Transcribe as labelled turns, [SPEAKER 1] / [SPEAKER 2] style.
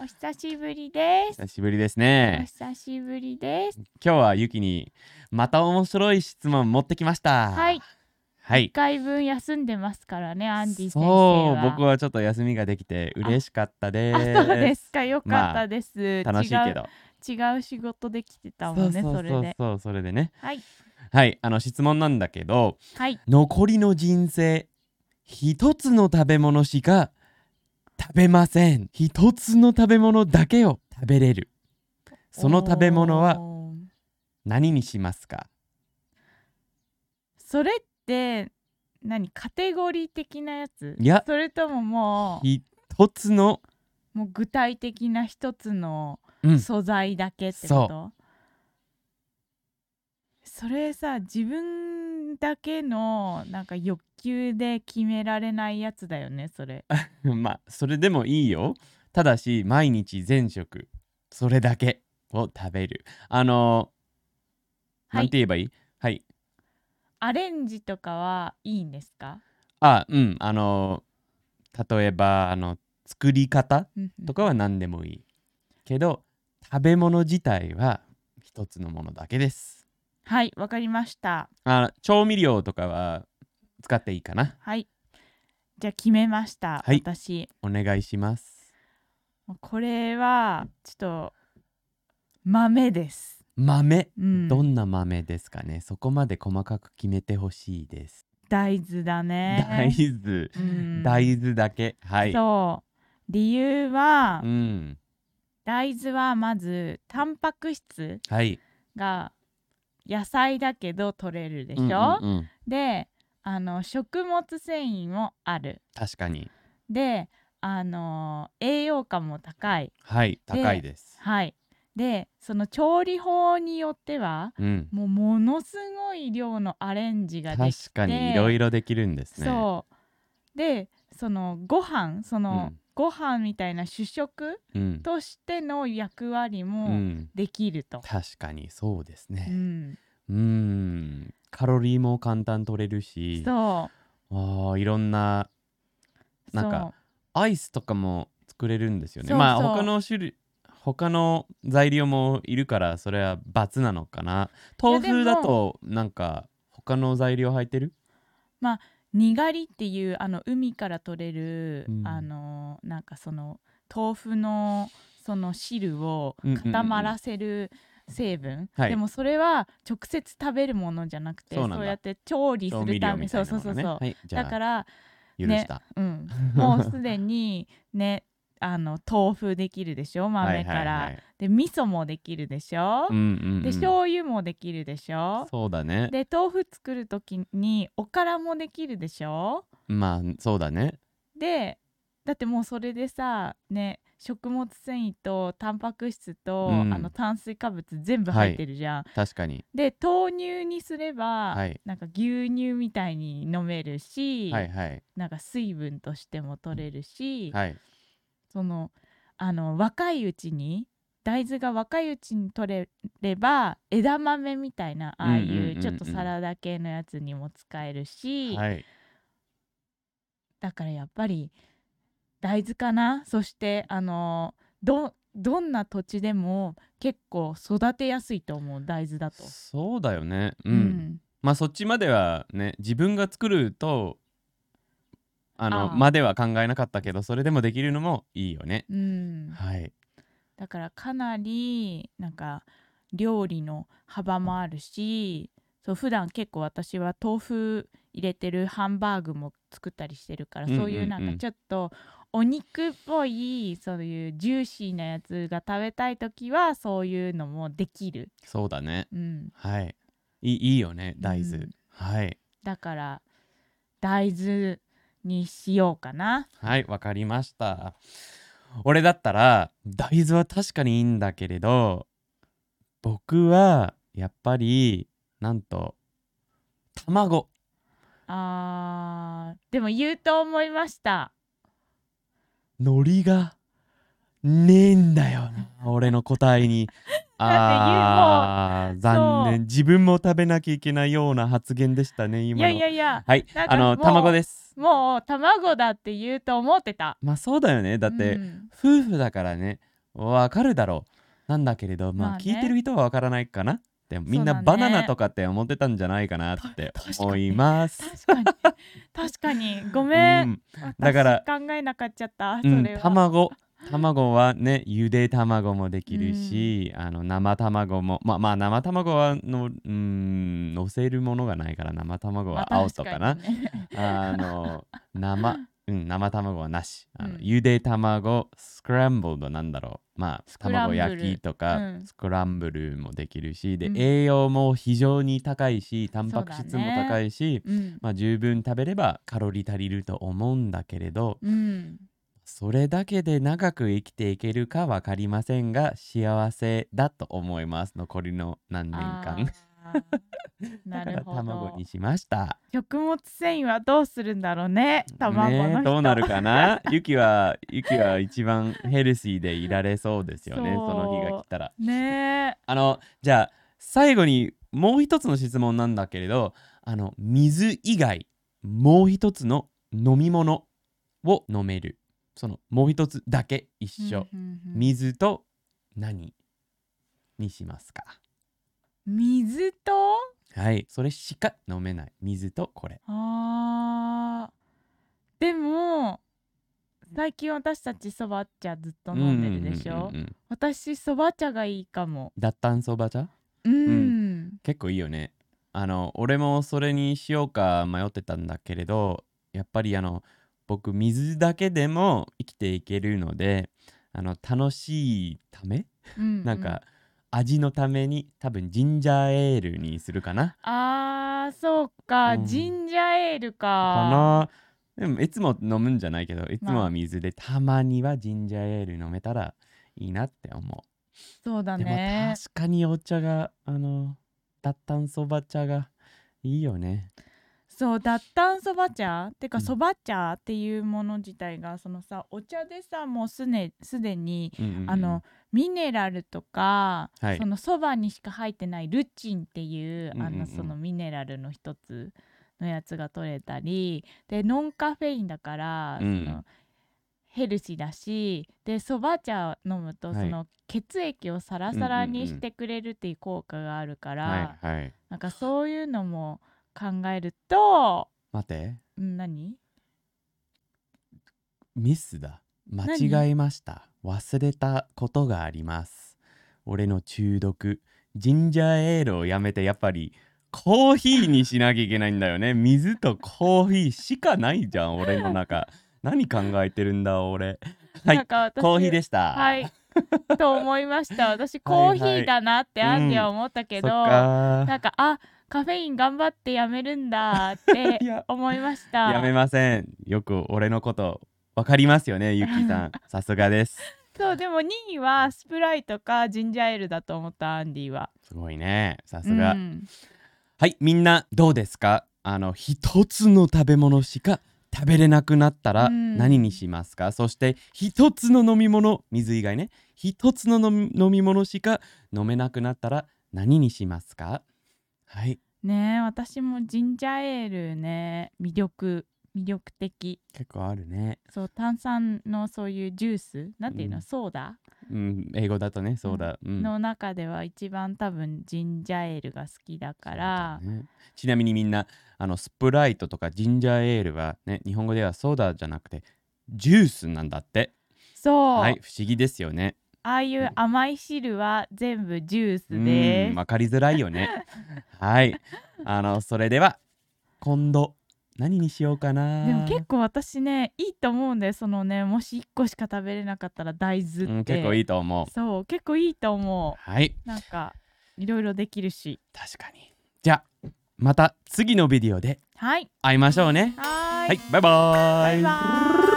[SPEAKER 1] お久しぶりです。
[SPEAKER 2] 久しぶりです
[SPEAKER 1] お
[SPEAKER 2] ね。
[SPEAKER 1] 久しぶりです。
[SPEAKER 2] 今日はゆきにまた面白い質問持ってきました。
[SPEAKER 1] はい。
[SPEAKER 2] は
[SPEAKER 1] 一
[SPEAKER 2] い。
[SPEAKER 1] 回分休んでますからね、アンディ先生
[SPEAKER 2] そう
[SPEAKER 1] は。
[SPEAKER 2] 僕はちょっと休みができて嬉しかったです。
[SPEAKER 1] あ、そうですか。よかったです。
[SPEAKER 2] 楽しいけど。
[SPEAKER 1] 違う違う仕事できてたもんね、それ
[SPEAKER 2] そう
[SPEAKER 1] で。
[SPEAKER 2] そうそれでね。
[SPEAKER 1] はい。
[SPEAKER 2] はい。あの質問なんだけど、
[SPEAKER 1] はい。
[SPEAKER 2] 残りの人生一つの食べ物しか食べません。一つの食べ物だけを食べれる。その食べ物は
[SPEAKER 1] おー
[SPEAKER 2] 何にしますか。
[SPEAKER 1] それって何カテゴリー的なやつ
[SPEAKER 2] いや
[SPEAKER 1] それともも
[SPEAKER 2] 一つの、
[SPEAKER 1] うもう具体的な一つの
[SPEAKER 2] うん、
[SPEAKER 1] 素材だけってこと、それさ自分だけのなんか欲求で決められないやつだよねそれ
[SPEAKER 2] まあそれでもいいよただし毎日全食それだけを食べるあのー
[SPEAKER 1] は
[SPEAKER 2] なん
[SPEAKER 1] い
[SPEAKER 2] て言えばいいはい
[SPEAKER 1] アレンジとかはいいんですか、
[SPEAKER 2] あうんあのー例えばあの作り方
[SPEAKER 1] うんうん
[SPEAKER 2] とかは何でもいいけど食べ物自体は一つのものだけです
[SPEAKER 1] はいわかりました
[SPEAKER 2] あ調味料とかは使っていいかな
[SPEAKER 1] はいじゃあ決めました、
[SPEAKER 2] はい
[SPEAKER 1] 私
[SPEAKER 2] お願いします
[SPEAKER 1] もうこれはちょっと豆です、
[SPEAKER 2] 豆、
[SPEAKER 1] うん、
[SPEAKER 2] どんな豆ですかねそこまで細かく決めてほしいです、
[SPEAKER 1] 大豆だね
[SPEAKER 2] 大豆
[SPEAKER 1] うん
[SPEAKER 2] 大豆だけはい
[SPEAKER 1] そう理由は、
[SPEAKER 2] うん
[SPEAKER 1] 大豆はまずタンパク質
[SPEAKER 2] はい
[SPEAKER 1] が野菜だけど取れるでしょ、
[SPEAKER 2] うんうんうん
[SPEAKER 1] であの食物繊維もある
[SPEAKER 2] 確かに
[SPEAKER 1] であの栄養価も高い
[SPEAKER 2] はい高いです
[SPEAKER 1] はいでその調理法によっては
[SPEAKER 2] うん
[SPEAKER 1] もうものすごい量のアレンジがで
[SPEAKER 2] 確
[SPEAKER 1] き
[SPEAKER 2] かにいろいろできるんですね
[SPEAKER 1] そうでそのご飯その、
[SPEAKER 2] うん
[SPEAKER 1] ご飯みたいな主食
[SPEAKER 2] うん、
[SPEAKER 1] としての役割
[SPEAKER 2] う
[SPEAKER 1] も
[SPEAKER 2] ん、
[SPEAKER 1] できると、
[SPEAKER 2] 確かにそうです
[SPEAKER 1] う
[SPEAKER 2] ね
[SPEAKER 1] ん
[SPEAKER 2] うんカロリーも簡単取れるし
[SPEAKER 1] そ
[SPEAKER 2] あーいろんな
[SPEAKER 1] う
[SPEAKER 2] なんかアイスとかも作れるんですよね
[SPEAKER 1] そう
[SPEAKER 2] まあ
[SPEAKER 1] そう
[SPEAKER 2] 他の種類他の材料もいるからそれは×なのかな豆
[SPEAKER 1] い
[SPEAKER 2] 腐
[SPEAKER 1] やでも
[SPEAKER 2] だとなんか他の材料入ってる
[SPEAKER 1] そうにがりっていうあの海から取れる、
[SPEAKER 2] うん
[SPEAKER 1] あのなんかその豆腐のその汁を
[SPEAKER 2] うんうんうん
[SPEAKER 1] 固まらせる成分、
[SPEAKER 2] はい
[SPEAKER 1] でもそれは直接食べるものじゃなくて
[SPEAKER 2] そ
[SPEAKER 1] そうう
[SPEAKER 2] なんだ
[SPEAKER 1] やって調理す
[SPEAKER 2] 調味
[SPEAKER 1] るた
[SPEAKER 2] 料
[SPEAKER 1] め
[SPEAKER 2] み
[SPEAKER 1] そ
[SPEAKER 2] た
[SPEAKER 1] う
[SPEAKER 2] いな
[SPEAKER 1] そうそ
[SPEAKER 2] の
[SPEAKER 1] う
[SPEAKER 2] が
[SPEAKER 1] そ
[SPEAKER 2] ね
[SPEAKER 1] う、
[SPEAKER 2] はいじゃあ
[SPEAKER 1] だから、
[SPEAKER 2] 許した、
[SPEAKER 1] うん、もうすでにねあの豆腐できるでしょ豆から、
[SPEAKER 2] はいはいはい
[SPEAKER 1] で味噌もできるでしょ、
[SPEAKER 2] うんうんうん、
[SPEAKER 1] で醤油もできるでしょ
[SPEAKER 2] そうだね
[SPEAKER 1] で豆腐作る時におからもできるでしょ
[SPEAKER 2] まあそうだね
[SPEAKER 1] でだってもうそれでさね食物繊維とタンパク質と、
[SPEAKER 2] うん
[SPEAKER 1] あの炭水化物全部入ってるじゃん、
[SPEAKER 2] 確かに
[SPEAKER 1] で豆乳にすれば、
[SPEAKER 2] はい
[SPEAKER 1] なんか牛乳みたいに飲めるし、
[SPEAKER 2] はいはい
[SPEAKER 1] なんか水分としても取れるし、
[SPEAKER 2] はい
[SPEAKER 1] そのあの若いうちに大豆が若いうちに取れれば枝豆みたいなああ
[SPEAKER 2] うんうんうん
[SPEAKER 1] いううんちょっとサラダ系のやつにも使えるし、
[SPEAKER 2] はい
[SPEAKER 1] だからやっぱり大豆かなそしてあのどどんな土地でも結構育てやすいと思う大豆だと。
[SPEAKER 2] そうだよねうん、
[SPEAKER 1] うん
[SPEAKER 2] まあそっちまではね自分が作るとあの
[SPEAKER 1] あー
[SPEAKER 2] までは考えなかったけどそれでもできるのもいいよね
[SPEAKER 1] うん
[SPEAKER 2] はい
[SPEAKER 1] だからかなりなんか料理の幅もあるしそう普段結構私は豆腐入れてるハンバーグも作ったりしてるから、
[SPEAKER 2] うんうんうん
[SPEAKER 1] そういうなんかちょっとお肉っぽいそういうジューシーなやつが食べたい時はそういうのもできる、
[SPEAKER 2] そうだね
[SPEAKER 1] うん、
[SPEAKER 2] はいいいいいよね大豆、
[SPEAKER 1] うん
[SPEAKER 2] はい
[SPEAKER 1] だから大豆にしようかな
[SPEAKER 2] はいわかりました俺だったら大豆は確かにいいんだけれど僕はやっぱりなんと卵
[SPEAKER 1] あーでも言うと思いました
[SPEAKER 2] 海苔がねえんだよな俺の答 えにあー残
[SPEAKER 1] そう
[SPEAKER 2] 念自分も食べなきゃいけないような発言でしたね今
[SPEAKER 1] いやい
[SPEAKER 2] の
[SPEAKER 1] やいや
[SPEAKER 2] はい
[SPEAKER 1] なんか
[SPEAKER 2] あの
[SPEAKER 1] もう
[SPEAKER 2] 卵です
[SPEAKER 1] もう卵だって言うと思ってた
[SPEAKER 2] まあそうだよねだって、
[SPEAKER 1] うん
[SPEAKER 2] 夫婦だからねわかるだろうなんだけれどまあ、
[SPEAKER 1] まあね
[SPEAKER 2] 聞いてる人はわからないかなでもみんな
[SPEAKER 1] そうだね
[SPEAKER 2] バナナとかって思ってたんじゃないかなって
[SPEAKER 1] た確かに
[SPEAKER 2] 思います。
[SPEAKER 1] 確かに確かにご
[SPEAKER 2] う
[SPEAKER 1] めん、
[SPEAKER 2] ん、だから
[SPEAKER 1] 私考えなかっちゃったそ
[SPEAKER 2] うん、
[SPEAKER 1] れは、
[SPEAKER 2] 卵卵はねゆで卵もできるし、あの生卵もまあまあ生卵はのうん乗せるものがないから生卵
[SPEAKER 1] まあ
[SPEAKER 2] は青とかな
[SPEAKER 1] 確にね
[SPEAKER 2] あの 生うん生卵はなしあの、
[SPEAKER 1] うん
[SPEAKER 2] ゆで卵スクランブルドなんだろうまあ
[SPEAKER 1] クラン
[SPEAKER 2] 卵
[SPEAKER 1] ブル
[SPEAKER 2] 焼きとか、
[SPEAKER 1] うん
[SPEAKER 2] スクランブルもできるしで、
[SPEAKER 1] うん
[SPEAKER 2] 栄養も非常に高いしタンパク
[SPEAKER 1] そう
[SPEAKER 2] 質
[SPEAKER 1] だ
[SPEAKER 2] も
[SPEAKER 1] ね
[SPEAKER 2] 高いし、
[SPEAKER 1] うん、
[SPEAKER 2] まあ十分食べればカロリー足りると思うんだけれど
[SPEAKER 1] うん、
[SPEAKER 2] それだけで長く生きていけるかわかりませんが幸せだと思います残りの何年間
[SPEAKER 1] あーな
[SPEAKER 2] だか
[SPEAKER 1] る
[SPEAKER 2] ら
[SPEAKER 1] ほど
[SPEAKER 2] 卵にしました
[SPEAKER 1] 食物繊維はどうするんだろうね卵の人、
[SPEAKER 2] ねえどうなるかな ユキはユキは一番ヘルシーでいられそうですよねそ
[SPEAKER 1] そう
[SPEAKER 2] の日が来たら
[SPEAKER 1] ねえ
[SPEAKER 2] あのじゃあ最後にもう一つの質問なんだけれどあの水以外もう一つの飲み物を飲めるそのもう一つだけ一緒、
[SPEAKER 1] うんうんうん
[SPEAKER 2] 水と何にしますか
[SPEAKER 1] 水と
[SPEAKER 2] はいそれしか飲めない水とこれ
[SPEAKER 1] あーでも最近私たちそば茶ずっと飲んでるでしょ、
[SPEAKER 2] うんうんうんうん
[SPEAKER 1] 私そば茶がいいかも
[SPEAKER 2] 脱炭素バ茶
[SPEAKER 1] うん、
[SPEAKER 2] 結構いいよねあの俺もそれにしようか迷ってたんだけれどやっぱりあの僕水だけでも生きていけるのであの楽しいため、
[SPEAKER 1] ううん
[SPEAKER 2] なんか味のために多分ジンジャーエールにするかな
[SPEAKER 1] あーそうか、
[SPEAKER 2] うん
[SPEAKER 1] ジンジャーエール
[SPEAKER 2] か
[SPEAKER 1] か
[SPEAKER 2] なでもいつも飲むんじゃないけどいつもは水で、たまにはジンジャーエール飲めたらいいなって思
[SPEAKER 1] そうだ
[SPEAKER 2] うでも
[SPEAKER 1] ね
[SPEAKER 2] 確かにお茶があの脱炭素ば茶がいいよね
[SPEAKER 1] そう脱炭そば茶て
[SPEAKER 2] う
[SPEAKER 1] か
[SPEAKER 2] ん
[SPEAKER 1] そば茶っていうもの自体がそのさお茶でさもうす,、ね、すでに
[SPEAKER 2] うんうんうん
[SPEAKER 1] あのミネラルとか、
[SPEAKER 2] はい
[SPEAKER 1] そのそばにしか入ってないルチンっていう,、
[SPEAKER 2] うんうんうん
[SPEAKER 1] あのそのミネラルの一つのやつが取れたりでノンカフェインだから、
[SPEAKER 2] うん
[SPEAKER 1] そのヘルシーだしでそば茶飲むと、
[SPEAKER 2] はい
[SPEAKER 1] その血液をサラサラ
[SPEAKER 2] うんうんう
[SPEAKER 1] に
[SPEAKER 2] ん
[SPEAKER 1] してくれるっていう効果があるから、
[SPEAKER 2] はいはい
[SPEAKER 1] なんかそういうのも考えると
[SPEAKER 2] 待って
[SPEAKER 1] ん何
[SPEAKER 2] ミスだ
[SPEAKER 1] 何
[SPEAKER 2] 間違えました忘れたことがあります俺の中毒ジンジャーエールをやめてやっぱりコーヒーにしなきゃいけないんだよね水とコーヒーしかないじゃん俺の中何考えてるんだ俺は
[SPEAKER 1] なん
[SPEAKER 2] い
[SPEAKER 1] か私
[SPEAKER 2] コーヒーでした
[SPEAKER 1] はい。と思いました。私
[SPEAKER 2] はい
[SPEAKER 1] コ
[SPEAKER 2] は
[SPEAKER 1] ー
[SPEAKER 2] い
[SPEAKER 1] ヒーだなってアンディは思ったけど、
[SPEAKER 2] そっか
[SPEAKER 1] なんかあカフェイン頑張ってやめるんだ って
[SPEAKER 2] いや
[SPEAKER 1] 思いました。
[SPEAKER 2] やめませんよく俺のことわかりますよねゆきさんさすがです
[SPEAKER 1] そうでも2位はスプライトかジンジャーエールだと思ったアンディは。
[SPEAKER 2] すごいねさす
[SPEAKER 1] う
[SPEAKER 2] が、
[SPEAKER 1] ん
[SPEAKER 2] はい、みんなどうですかあの、一つの食べ物しか食べれなくなったら
[SPEAKER 1] うん
[SPEAKER 2] 何にしますか、そして一つの飲み物、水以外ね、一つの飲み飲み物しか飲めなくなったら何にしますかはい、
[SPEAKER 1] ねえ私もジンジャーエールね魅力魅力的。
[SPEAKER 2] 結構あるね。
[SPEAKER 1] そう炭酸のそういうジュースなんていうの、
[SPEAKER 2] うん
[SPEAKER 1] ソーダ
[SPEAKER 2] うん、英語だとね、そうだ。うん
[SPEAKER 1] の中では一番多分ジンジャーエールが好きだから
[SPEAKER 2] そうだねちなみにみんなあのスプライトとかジンジャーエールはね日本語ではソーダじゃなくてジュースなんだって
[SPEAKER 1] そう、
[SPEAKER 2] はい不思議ですよね
[SPEAKER 1] ああいう甘い汁は全部ジュース
[SPEAKER 2] う
[SPEAKER 1] で
[SPEAKER 2] ー
[SPEAKER 1] す
[SPEAKER 2] ん。わかりづらいよね はいあのそれでは今度何にしようかな
[SPEAKER 1] でも結構私ねいいと思うんだよそのねもし1個しか食べれなかったら大豆って、
[SPEAKER 2] うん、結構い
[SPEAKER 1] い
[SPEAKER 2] いと思う
[SPEAKER 1] そう結構いいと思
[SPEAKER 2] はいう
[SPEAKER 1] なんかいろいろできるし
[SPEAKER 2] 確かにじゃあまた次のビデオで
[SPEAKER 1] はい
[SPEAKER 2] 会いましょうね
[SPEAKER 1] はーい、
[SPEAKER 2] はいバイバー
[SPEAKER 1] バイバーイ